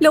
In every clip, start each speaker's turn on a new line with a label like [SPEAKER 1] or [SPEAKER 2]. [SPEAKER 1] Lo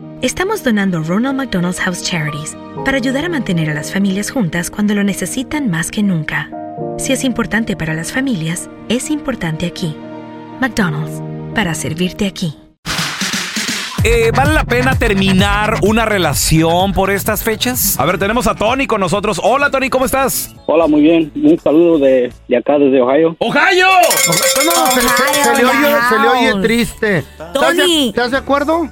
[SPEAKER 2] estamos donando Ronald McDonald's House Charities para ayudar a mantener a las familias juntas cuando lo necesitan más que nunca. Si es importante para las familias, es importante aquí. McDonald's, para servirte aquí.
[SPEAKER 3] Eh, ¿Vale la pena terminar una relación por estas fechas? A ver, tenemos a Tony con nosotros. Hola, Tony, ¿cómo estás?
[SPEAKER 4] Hola, muy bien. Un saludo de, de acá, desde Ohio.
[SPEAKER 3] ¡Ohio!
[SPEAKER 5] No, no, se, se- se le oye, se le oye triste. ¿Estás de-
[SPEAKER 2] Tony.
[SPEAKER 5] ¿Estás de acuerdo?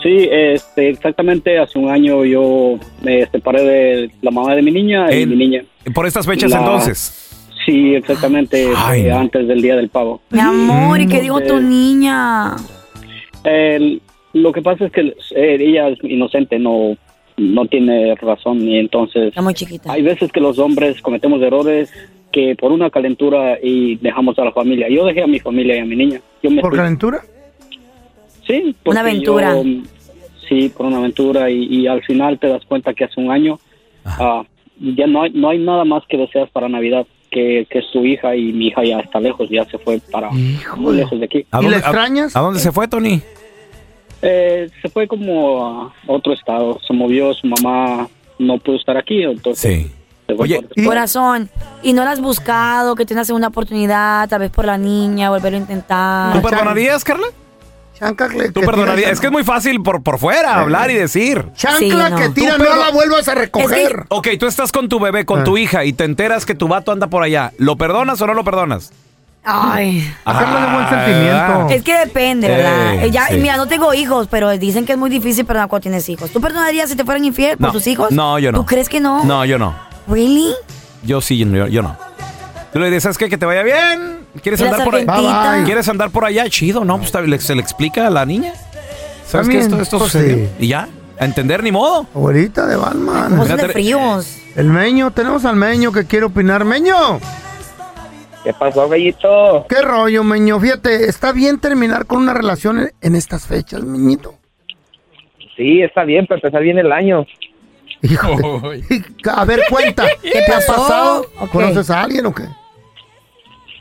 [SPEAKER 4] Sí, este, exactamente hace un año yo me separé de la mamá de mi niña y
[SPEAKER 3] En-
[SPEAKER 4] mi niña.
[SPEAKER 3] Por estas fechas,
[SPEAKER 4] La-
[SPEAKER 3] entonces.
[SPEAKER 4] Sí, exactamente
[SPEAKER 3] Ay,
[SPEAKER 4] eh,
[SPEAKER 3] no.
[SPEAKER 4] antes del Día del Pavo.
[SPEAKER 6] Mi amor, ¿y qué dijo tu
[SPEAKER 4] Eh,
[SPEAKER 6] niña?
[SPEAKER 4] El- lo que pasa es que eh, ella es inocente, no, no tiene razón y entonces
[SPEAKER 6] Está muy chiquita.
[SPEAKER 4] hay veces que los hombres cometemos errores que por una calentura y dejamos a la familia. Yo dejé a mi familia y a mi niña. Yo me
[SPEAKER 5] ¿Por
[SPEAKER 4] fui.
[SPEAKER 5] calentura?
[SPEAKER 4] Sí,
[SPEAKER 6] Una
[SPEAKER 4] porque
[SPEAKER 6] aventura.
[SPEAKER 4] yo, mm, sí, por una aventura y, y al final te das cuenta que hace un año ah, ya no hay, no hay nada más que deseas para Navidad que, que su hija y mi hija ya está lejos, ya se fue para muy lejos de aquí.
[SPEAKER 3] ¿A
[SPEAKER 5] ¿Y
[SPEAKER 3] dónde-
[SPEAKER 5] la
[SPEAKER 3] a-
[SPEAKER 5] extrañas?
[SPEAKER 3] ¿A dónde se fue, Tony?
[SPEAKER 4] Eh, se fue como a otro estado, se movió, su mamá no pudo estar aquí, entonces
[SPEAKER 3] Sí.
[SPEAKER 4] se fue
[SPEAKER 3] Oye,
[SPEAKER 4] por otro
[SPEAKER 5] y-
[SPEAKER 4] estado.
[SPEAKER 6] Corazón, ¿y no la has buscado? Que tengas una oportunidad, tal vez por la niña, volver a
[SPEAKER 3] ¿Tú
[SPEAKER 6] intentar.
[SPEAKER 3] perdonarías, Carla?
[SPEAKER 5] Chancla que
[SPEAKER 3] ¿Tú
[SPEAKER 5] que
[SPEAKER 3] perdonarías?
[SPEAKER 5] tira-
[SPEAKER 3] Es que es muy fácil por, por fuera hablar y decir.
[SPEAKER 5] Chancla
[SPEAKER 6] Sí, no.
[SPEAKER 5] que tira,
[SPEAKER 3] Tú
[SPEAKER 5] no
[SPEAKER 3] perdo-
[SPEAKER 5] la vuelvas a recoger.
[SPEAKER 3] Ok, tú estás con tu bebé, con
[SPEAKER 5] Ah.
[SPEAKER 3] tu hija, y te enteras que tu vato anda por allá. ¿Lo perdonas o no lo perdonas?
[SPEAKER 6] Ay,
[SPEAKER 5] Hacerlo de
[SPEAKER 3] Ah,
[SPEAKER 5] buen sentimiento.
[SPEAKER 6] es que depende, ¿verdad?
[SPEAKER 3] Eh,
[SPEAKER 6] ya,
[SPEAKER 3] sí.
[SPEAKER 6] Mira, no tengo hijos, pero dicen que es muy difícil perdonar cuando tienes hijos. ¿Tú perdonarías si te fueran infiel por
[SPEAKER 3] No,
[SPEAKER 6] tus hijos?
[SPEAKER 3] No, yo no.
[SPEAKER 6] ¿Tú crees que no?
[SPEAKER 3] No, yo no.
[SPEAKER 6] ¿Really?
[SPEAKER 3] Yo sí, yo, yo no. Tú le dices, ¿sabes qué? Que te vaya bien. ¿Quieres
[SPEAKER 6] ¿Eres
[SPEAKER 3] andar por allá?
[SPEAKER 6] argentita?
[SPEAKER 5] Bye, bye.
[SPEAKER 3] ¿Quieres andar por allá? Chido, ¿no? Pues, le- se le explica a la niña. ¿Sabes qué?
[SPEAKER 5] También,
[SPEAKER 3] Esto, esto
[SPEAKER 5] pues,
[SPEAKER 3] sucedió.
[SPEAKER 5] sí.
[SPEAKER 3] Y ya. A entender ni modo.
[SPEAKER 5] Abuelita de
[SPEAKER 6] ¿Cómo
[SPEAKER 5] Batman.
[SPEAKER 6] son de
[SPEAKER 3] Fíjate-
[SPEAKER 6] fríos?
[SPEAKER 5] El meño, tenemos al meño que quiere opinar. Meño,
[SPEAKER 7] ¿Qué pasó, Bellito?
[SPEAKER 5] ¿qué rollo, meño? Fíjate, está bien terminar con una relación en, en estas fechas, meñito.
[SPEAKER 7] Sí, está bien, para empezar bien el año.
[SPEAKER 5] Hijo.
[SPEAKER 3] Oh.
[SPEAKER 5] A ver, cuenta. ¿Qué te ha pasado?
[SPEAKER 6] Ok.
[SPEAKER 5] ¿Conoces a alguien o qué?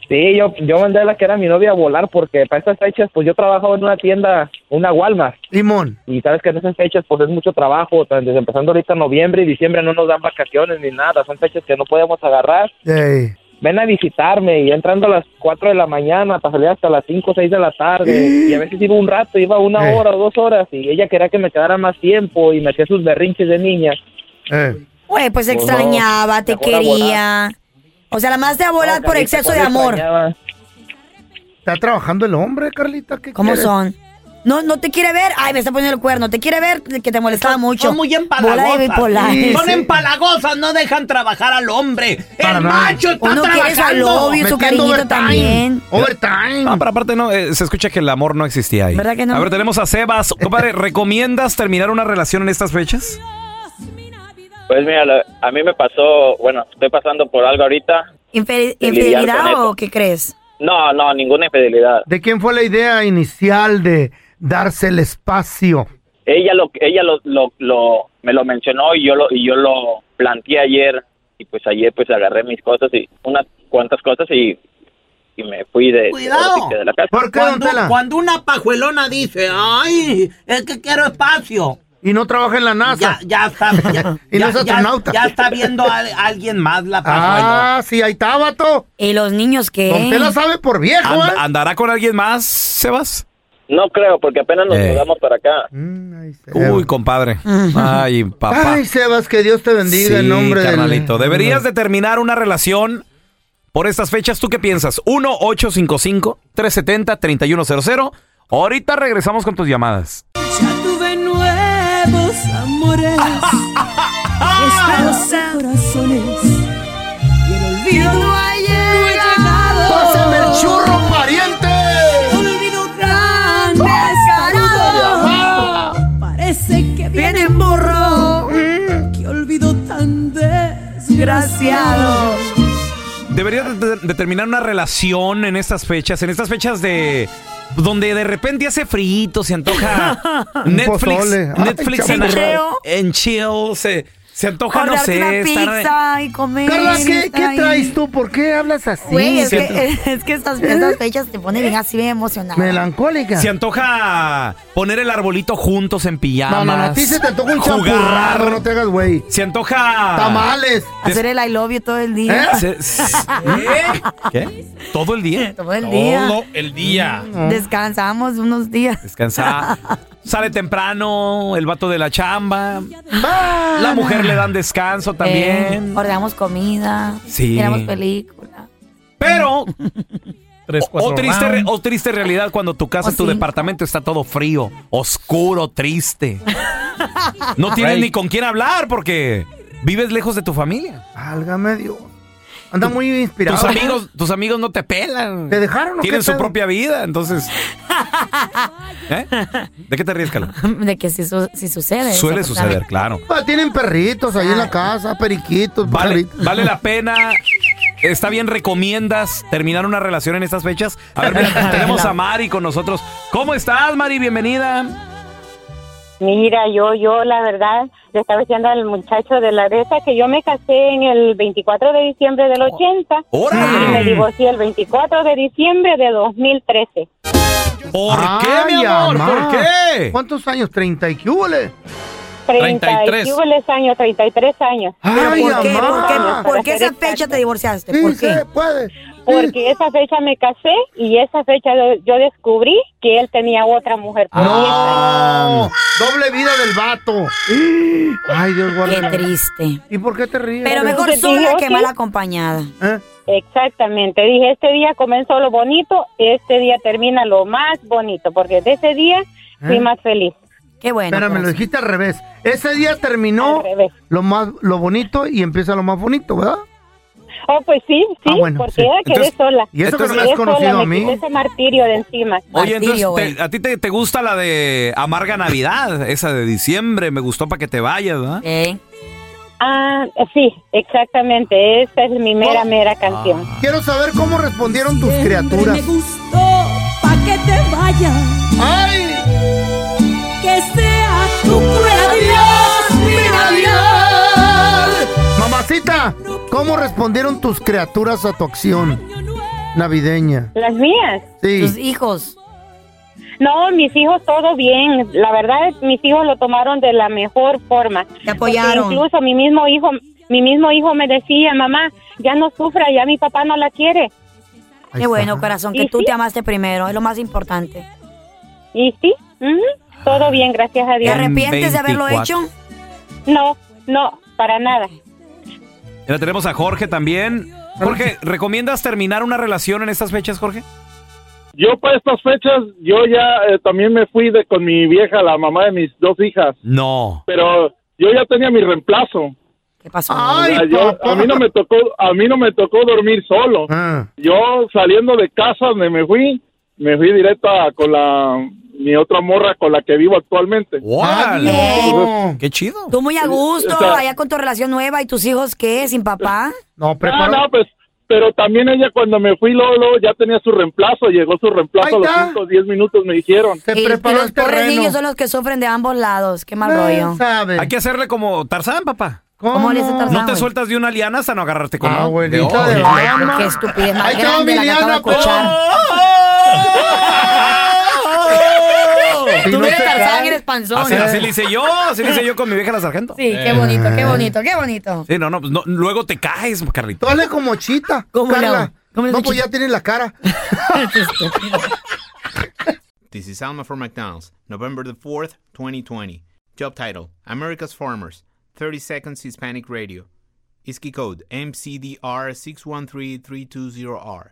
[SPEAKER 7] Sí, yo, yo mandé a la que era mi novia a volar porque para estas fechas, pues yo trabajo en una tienda, una Walmart.
[SPEAKER 5] Limón.
[SPEAKER 7] Y sabes que en esas fechas, pues es mucho trabajo. tan- Desde empezando ahorita noviembre y diciembre no nos dan vacaciones ni nada. Son fechas que no podemos agarrar.
[SPEAKER 5] Ey.
[SPEAKER 7] Ven a visitarme y entrando a las 4 de la mañana para salir hasta las 5 o 6 de la tarde. Y a veces iba un rato, iba una
[SPEAKER 5] Eh.
[SPEAKER 7] hora o dos horas. Y ella quería que me quedara más tiempo y me hacía sus berrinches de niña.
[SPEAKER 5] Ey.
[SPEAKER 6] Güey,
[SPEAKER 7] Pues
[SPEAKER 6] pues
[SPEAKER 7] no,
[SPEAKER 6] extrañaba, te
[SPEAKER 7] dejó de
[SPEAKER 6] quería. O sea, la más de volar por
[SPEAKER 7] Carlita,
[SPEAKER 6] exceso
[SPEAKER 7] pues,
[SPEAKER 6] de amor.
[SPEAKER 7] extrañaba.
[SPEAKER 5] Está trabajando el hombre, Carlita. ¿Qué
[SPEAKER 6] ¿Cómo
[SPEAKER 5] quieres?
[SPEAKER 6] son? No, no te quiere ver. Ay, me está poniendo el cuerno. Te quiere ver que te molestaba mucho.
[SPEAKER 8] muy
[SPEAKER 6] Bola de bipolar.
[SPEAKER 5] Sí,
[SPEAKER 8] Son
[SPEAKER 5] sí.
[SPEAKER 8] empalagosas, no dejan trabajar al hombre.
[SPEAKER 5] Para
[SPEAKER 8] el
[SPEAKER 5] nada.
[SPEAKER 8] macho está
[SPEAKER 6] Uno quiere su
[SPEAKER 8] trabajando.
[SPEAKER 6] alobio, su
[SPEAKER 5] Metiendo
[SPEAKER 6] cariñito también.
[SPEAKER 5] Overtime.
[SPEAKER 3] No, pero aparte no, eh, se escucha que el amor no existía ahí.
[SPEAKER 6] ¿Verdad que no?
[SPEAKER 3] A ver, tenemos a Sebas. Compadre, ¿recomiendas terminar una relación en estas fechas?
[SPEAKER 9] Pues mira, la- a mí me pasó, bueno, estoy pasando por algo ahorita.
[SPEAKER 6] Infe-
[SPEAKER 9] De lidiar con
[SPEAKER 6] ¿Infidelidad
[SPEAKER 9] eso.
[SPEAKER 6] o qué crees?
[SPEAKER 9] No, no, ninguna infidelidad.
[SPEAKER 5] ¿De quién fue la idea inicial de darse el espacio?
[SPEAKER 9] Ella lo, ella lo, lo, lo- me lo mencionó y yo lo, y yo lo planteé ayer
[SPEAKER 4] y pues ayer pues agarré mis cosas y unas cuantas cosas y, y me fui de,
[SPEAKER 10] Cuidado.
[SPEAKER 4] ahora sí que de la casa.
[SPEAKER 10] cuando, cuando una pajuelona dice, ay, es que quiero espacio.
[SPEAKER 5] Y no trabaja en la NASA.
[SPEAKER 10] Ya, ya está. ya-
[SPEAKER 5] Y no
[SPEAKER 10] ya-
[SPEAKER 5] es
[SPEAKER 10] ya-
[SPEAKER 5] astronauta.
[SPEAKER 10] Ya, está viendo a a alguien más la pajuelona.
[SPEAKER 5] Ah, sí, ahí está, vato.
[SPEAKER 6] ¿Y los niños qué?
[SPEAKER 5] Don Tela sabe por viejo,
[SPEAKER 3] And-
[SPEAKER 5] ¿eh?
[SPEAKER 3] ¿Andará con alguien más, Sebas?
[SPEAKER 4] No creo, porque apenas nos mudamos para acá.
[SPEAKER 5] Mm,
[SPEAKER 3] Uy, compadre. Ay, papá.
[SPEAKER 5] Ay, Sebas, que Dios te bendiga en
[SPEAKER 3] Sí,
[SPEAKER 5] nombre del-
[SPEAKER 3] carnalito. Deberías de terminar una relación por estas fechas. ¿Tú qué piensas? 1-855-370-3100. Ahorita regresamos con tus llamadas.
[SPEAKER 1] Tuve nuevos amores, estos corazones y el olvido ayer
[SPEAKER 5] ¡Oh!
[SPEAKER 1] llegado.
[SPEAKER 5] ¡Pásame el churro, pariente!
[SPEAKER 1] Un olvido tan descarado, parece que viene en borrón. Que olvido tan desgraciado.
[SPEAKER 3] Deberías de, de terminar una relación en estas fechas, en estas fechas de... Donde de repente hace frío, se antoja
[SPEAKER 5] Un
[SPEAKER 3] Netflix,
[SPEAKER 5] pozole. Ay,
[SPEAKER 3] Netflix en,
[SPEAKER 5] chaparrón.
[SPEAKER 3] en chill, se, se antoja, Ah, no
[SPEAKER 6] Ordearte
[SPEAKER 3] sé,
[SPEAKER 6] una
[SPEAKER 3] estar-
[SPEAKER 6] pizza y comer.
[SPEAKER 5] Carla, ¿qué,
[SPEAKER 6] y
[SPEAKER 5] qué
[SPEAKER 6] estar ahí.
[SPEAKER 5] traes tú? ¿Por qué hablas así?
[SPEAKER 6] Güey, es, que, es que estas, estas fechas te ponen bien así, bien emocionada.
[SPEAKER 5] Melancólica.
[SPEAKER 3] Se antoja poner el arbolito juntos en
[SPEAKER 5] No,
[SPEAKER 3] pijamas.
[SPEAKER 5] no, no, a ti se te antoja un
[SPEAKER 3] jugar. Ah.
[SPEAKER 5] champurrado, no te hagas güey.
[SPEAKER 3] Se antoja.
[SPEAKER 5] Tamales.
[SPEAKER 6] Hacer el I love you todo el día.
[SPEAKER 3] ¿Eh? Se- se- ¿Qué? ¿Eh? Mm. Todo el día.
[SPEAKER 6] Todo el día.
[SPEAKER 3] Todo el día.
[SPEAKER 5] Ah.
[SPEAKER 6] Descansamos unos días.
[SPEAKER 3] Descansar. Sale temprano, el vato de la chamba. La mujer le dan descanso también.
[SPEAKER 6] Eh, ordenamos comida.
[SPEAKER 3] Sí.
[SPEAKER 6] Miramos películas.
[SPEAKER 3] Pero. o, triste, re- o triste realidad cuando tu
[SPEAKER 6] Oh,
[SPEAKER 3] casa, tu departamento está todo frío, oscuro, triste. No tienes
[SPEAKER 5] Güey.
[SPEAKER 3] ni con quién hablar porque vives lejos de tu familia.
[SPEAKER 5] Álgame Dios. Anda muy inspirado.
[SPEAKER 3] Tus amigos, tus amigos no te pelan.
[SPEAKER 5] ¿Te dejaron o
[SPEAKER 3] Tienen
[SPEAKER 5] qué
[SPEAKER 3] su
[SPEAKER 5] pedo?
[SPEAKER 3] propia vida, entonces. ¿Eh? ¿De qué te ríes, Carla?
[SPEAKER 6] Mm, De que si, su- si sucede. eso,
[SPEAKER 3] Suele
[SPEAKER 6] pues,
[SPEAKER 3] suceder,
[SPEAKER 6] ¿sabes?
[SPEAKER 3] claro.
[SPEAKER 5] Ah, tienen perritos ahí en la casa, periquitos,
[SPEAKER 3] Ah. Vale,
[SPEAKER 5] pajaritos.
[SPEAKER 3] vale la pena. Está bien, recomiendas terminar una relación en estas fechas. A ver, mira, tenemos a Mari con nosotros. ¿Cómo estás, Mari? Bienvenida.
[SPEAKER 2] Mira, yo, yo, la verdad, le estaba diciendo al muchacho de la de esa que yo me casé en el 24 de diciembre del 80 y me divorcié el 24 de diciembre de 2013.
[SPEAKER 3] ¿Por
[SPEAKER 5] qué,
[SPEAKER 2] mi amor? ¿Por qué?
[SPEAKER 5] ¿Cuántos años? ¿30 y qué húbole?
[SPEAKER 2] 30 y qué hubo años, 33 años.
[SPEAKER 6] ¿Pero
[SPEAKER 5] Ay,
[SPEAKER 6] por qué?
[SPEAKER 5] amá.
[SPEAKER 6] ¿Por qué, por qué esa
[SPEAKER 2] Para ser
[SPEAKER 6] fecha te divorciaste?
[SPEAKER 2] Sí,
[SPEAKER 6] ¿Por qué?
[SPEAKER 2] se
[SPEAKER 6] Mm.
[SPEAKER 2] Porque esa fecha me casé y esa fecha yo- yo descubrí que él tenía otra mujer. por diez
[SPEAKER 3] Ah.
[SPEAKER 2] años.
[SPEAKER 5] No, Ah. doble vida del vato. Ay, Dios guarda.
[SPEAKER 6] Qué triste.
[SPEAKER 5] ¿Y por qué te ríes? ¿Eh?
[SPEAKER 6] Pero mejor
[SPEAKER 2] Entonces,
[SPEAKER 6] sola
[SPEAKER 2] digo,
[SPEAKER 6] que
[SPEAKER 2] sí.
[SPEAKER 6] mal acompañada.
[SPEAKER 2] Exactamente, dije, este día comenzó lo bonito, este día termina lo más bonito, porque de ese día fui
[SPEAKER 5] ¿Eh?
[SPEAKER 2] más feliz.
[SPEAKER 6] Qué bueno.
[SPEAKER 5] Espérame, lo dijiste al revés. Ese día terminó lo más lo bonito y empieza lo más bonito, ¿verdad?
[SPEAKER 2] Oh, pues sí, sí,
[SPEAKER 5] Ah, bueno,
[SPEAKER 2] porque
[SPEAKER 5] sí.
[SPEAKER 2] ya quedé
[SPEAKER 5] Entonces-
[SPEAKER 2] sola.
[SPEAKER 5] ¿y eso que no me
[SPEAKER 2] Quedé
[SPEAKER 5] has conocido
[SPEAKER 2] sola,
[SPEAKER 5] a mí?
[SPEAKER 2] Me quité ese martirio de encima.
[SPEAKER 3] Oye, entonces, te- ¿a ti te, te gusta la de Amarga Navidad? Esa de diciembre, me gustó para que te vayas, ¿verdad?
[SPEAKER 2] Ah, sí, exactamente, esa es mi mera, mera canción.
[SPEAKER 5] Quiero saber cómo respondieron tus criaturas.
[SPEAKER 1] Pa' que te vayas. Que sea tu cruel adiós, mi Navidad.
[SPEAKER 5] Mamacita, ¿cómo respondieron tus criaturas a tu acción navideña?
[SPEAKER 2] ¿Las mías?
[SPEAKER 5] Sí.
[SPEAKER 2] Tus
[SPEAKER 6] hijos?
[SPEAKER 2] No, mis hijos todo bien. La verdad, mis hijos lo tomaron de la mejor forma. Te
[SPEAKER 6] apoyaron.
[SPEAKER 2] incluso mi mismo hijo, mi mismo hijo me decía, mamá, ya no sufra, ya mi papá no la quiere.
[SPEAKER 6] Qué bueno, corazón, que
[SPEAKER 2] ¿Y
[SPEAKER 6] tú
[SPEAKER 2] sí?
[SPEAKER 6] te amaste primero. Es lo más importante.
[SPEAKER 2] Y sí, ujú, todo bien, gracias a Dios.
[SPEAKER 3] ¿Te arrepientes de haberlo 24? hecho?
[SPEAKER 2] No, no, para nada.
[SPEAKER 3] Mira, tenemos a Jorge también. Jorge, ¿recomiendas terminar una relación en estas fechas, Jorge?
[SPEAKER 7] Yo para estas fechas, yo ya eh, también me fui de, con mi vieja, la mamá de mis dos hijas,
[SPEAKER 3] No.
[SPEAKER 7] pero yo ya tenía mi reemplazo.
[SPEAKER 6] ¿Qué pasó?
[SPEAKER 11] Ah.
[SPEAKER 7] a mí no me tocó, a mí no me tocó dormir solo.
[SPEAKER 5] Ah.
[SPEAKER 7] Yo saliendo de casa donde me fui, me fui directa con la mi otra morra con la que vivo actualmente.
[SPEAKER 3] ¡Wow! ¡Qué chido!
[SPEAKER 6] Tú muy a gusto,
[SPEAKER 7] O sea-
[SPEAKER 6] allá con tu relación nueva y tus hijos, ¿qué? ¿Sin papá?
[SPEAKER 5] No,
[SPEAKER 7] No, pues, pero también ella cuando me fui, luego, luego ya tenía su reemplazo, llegó su reemplazo a los 5 o 10 minutos, me dijeron.
[SPEAKER 6] Y- y
[SPEAKER 5] Eh,
[SPEAKER 6] los pobres niños son los que sufren de ambos lados. Qué mal rollo.
[SPEAKER 3] Hay que hacerle como Tarzán, papá.
[SPEAKER 6] ¿Cómo, le hace Tarzán,
[SPEAKER 3] No te
[SPEAKER 6] güey?
[SPEAKER 3] sueltas de una liana hasta no agarrarte
[SPEAKER 5] Ah,
[SPEAKER 3] con abuelita
[SPEAKER 6] de Qué estupidez más
[SPEAKER 11] Ahí te va
[SPEAKER 6] grande la que acabo de
[SPEAKER 11] Emiliana, pues.
[SPEAKER 6] escuchar.
[SPEAKER 11] Si no
[SPEAKER 6] Tú no eres
[SPEAKER 11] te
[SPEAKER 6] Tarzán,
[SPEAKER 11] cae.
[SPEAKER 6] eres panzón.
[SPEAKER 3] Así, así le hice yo, así le hice yo con mi vieja la sargento.
[SPEAKER 6] Sí, qué bonito, qué bonito, qué bonito.
[SPEAKER 3] Sí, no, no, pues no, luego te caes, Carlito.
[SPEAKER 5] Tú hazle como chita.
[SPEAKER 6] ¿Cómo le
[SPEAKER 5] Carla.
[SPEAKER 6] hago?
[SPEAKER 5] no, pues ya tienes la cara.
[SPEAKER 12] This is Alma from McDonald's, November the 4th, 2020. Job title America's Farmers, 30 Seconds Hispanic Radio. ISKI code MCDR613320R.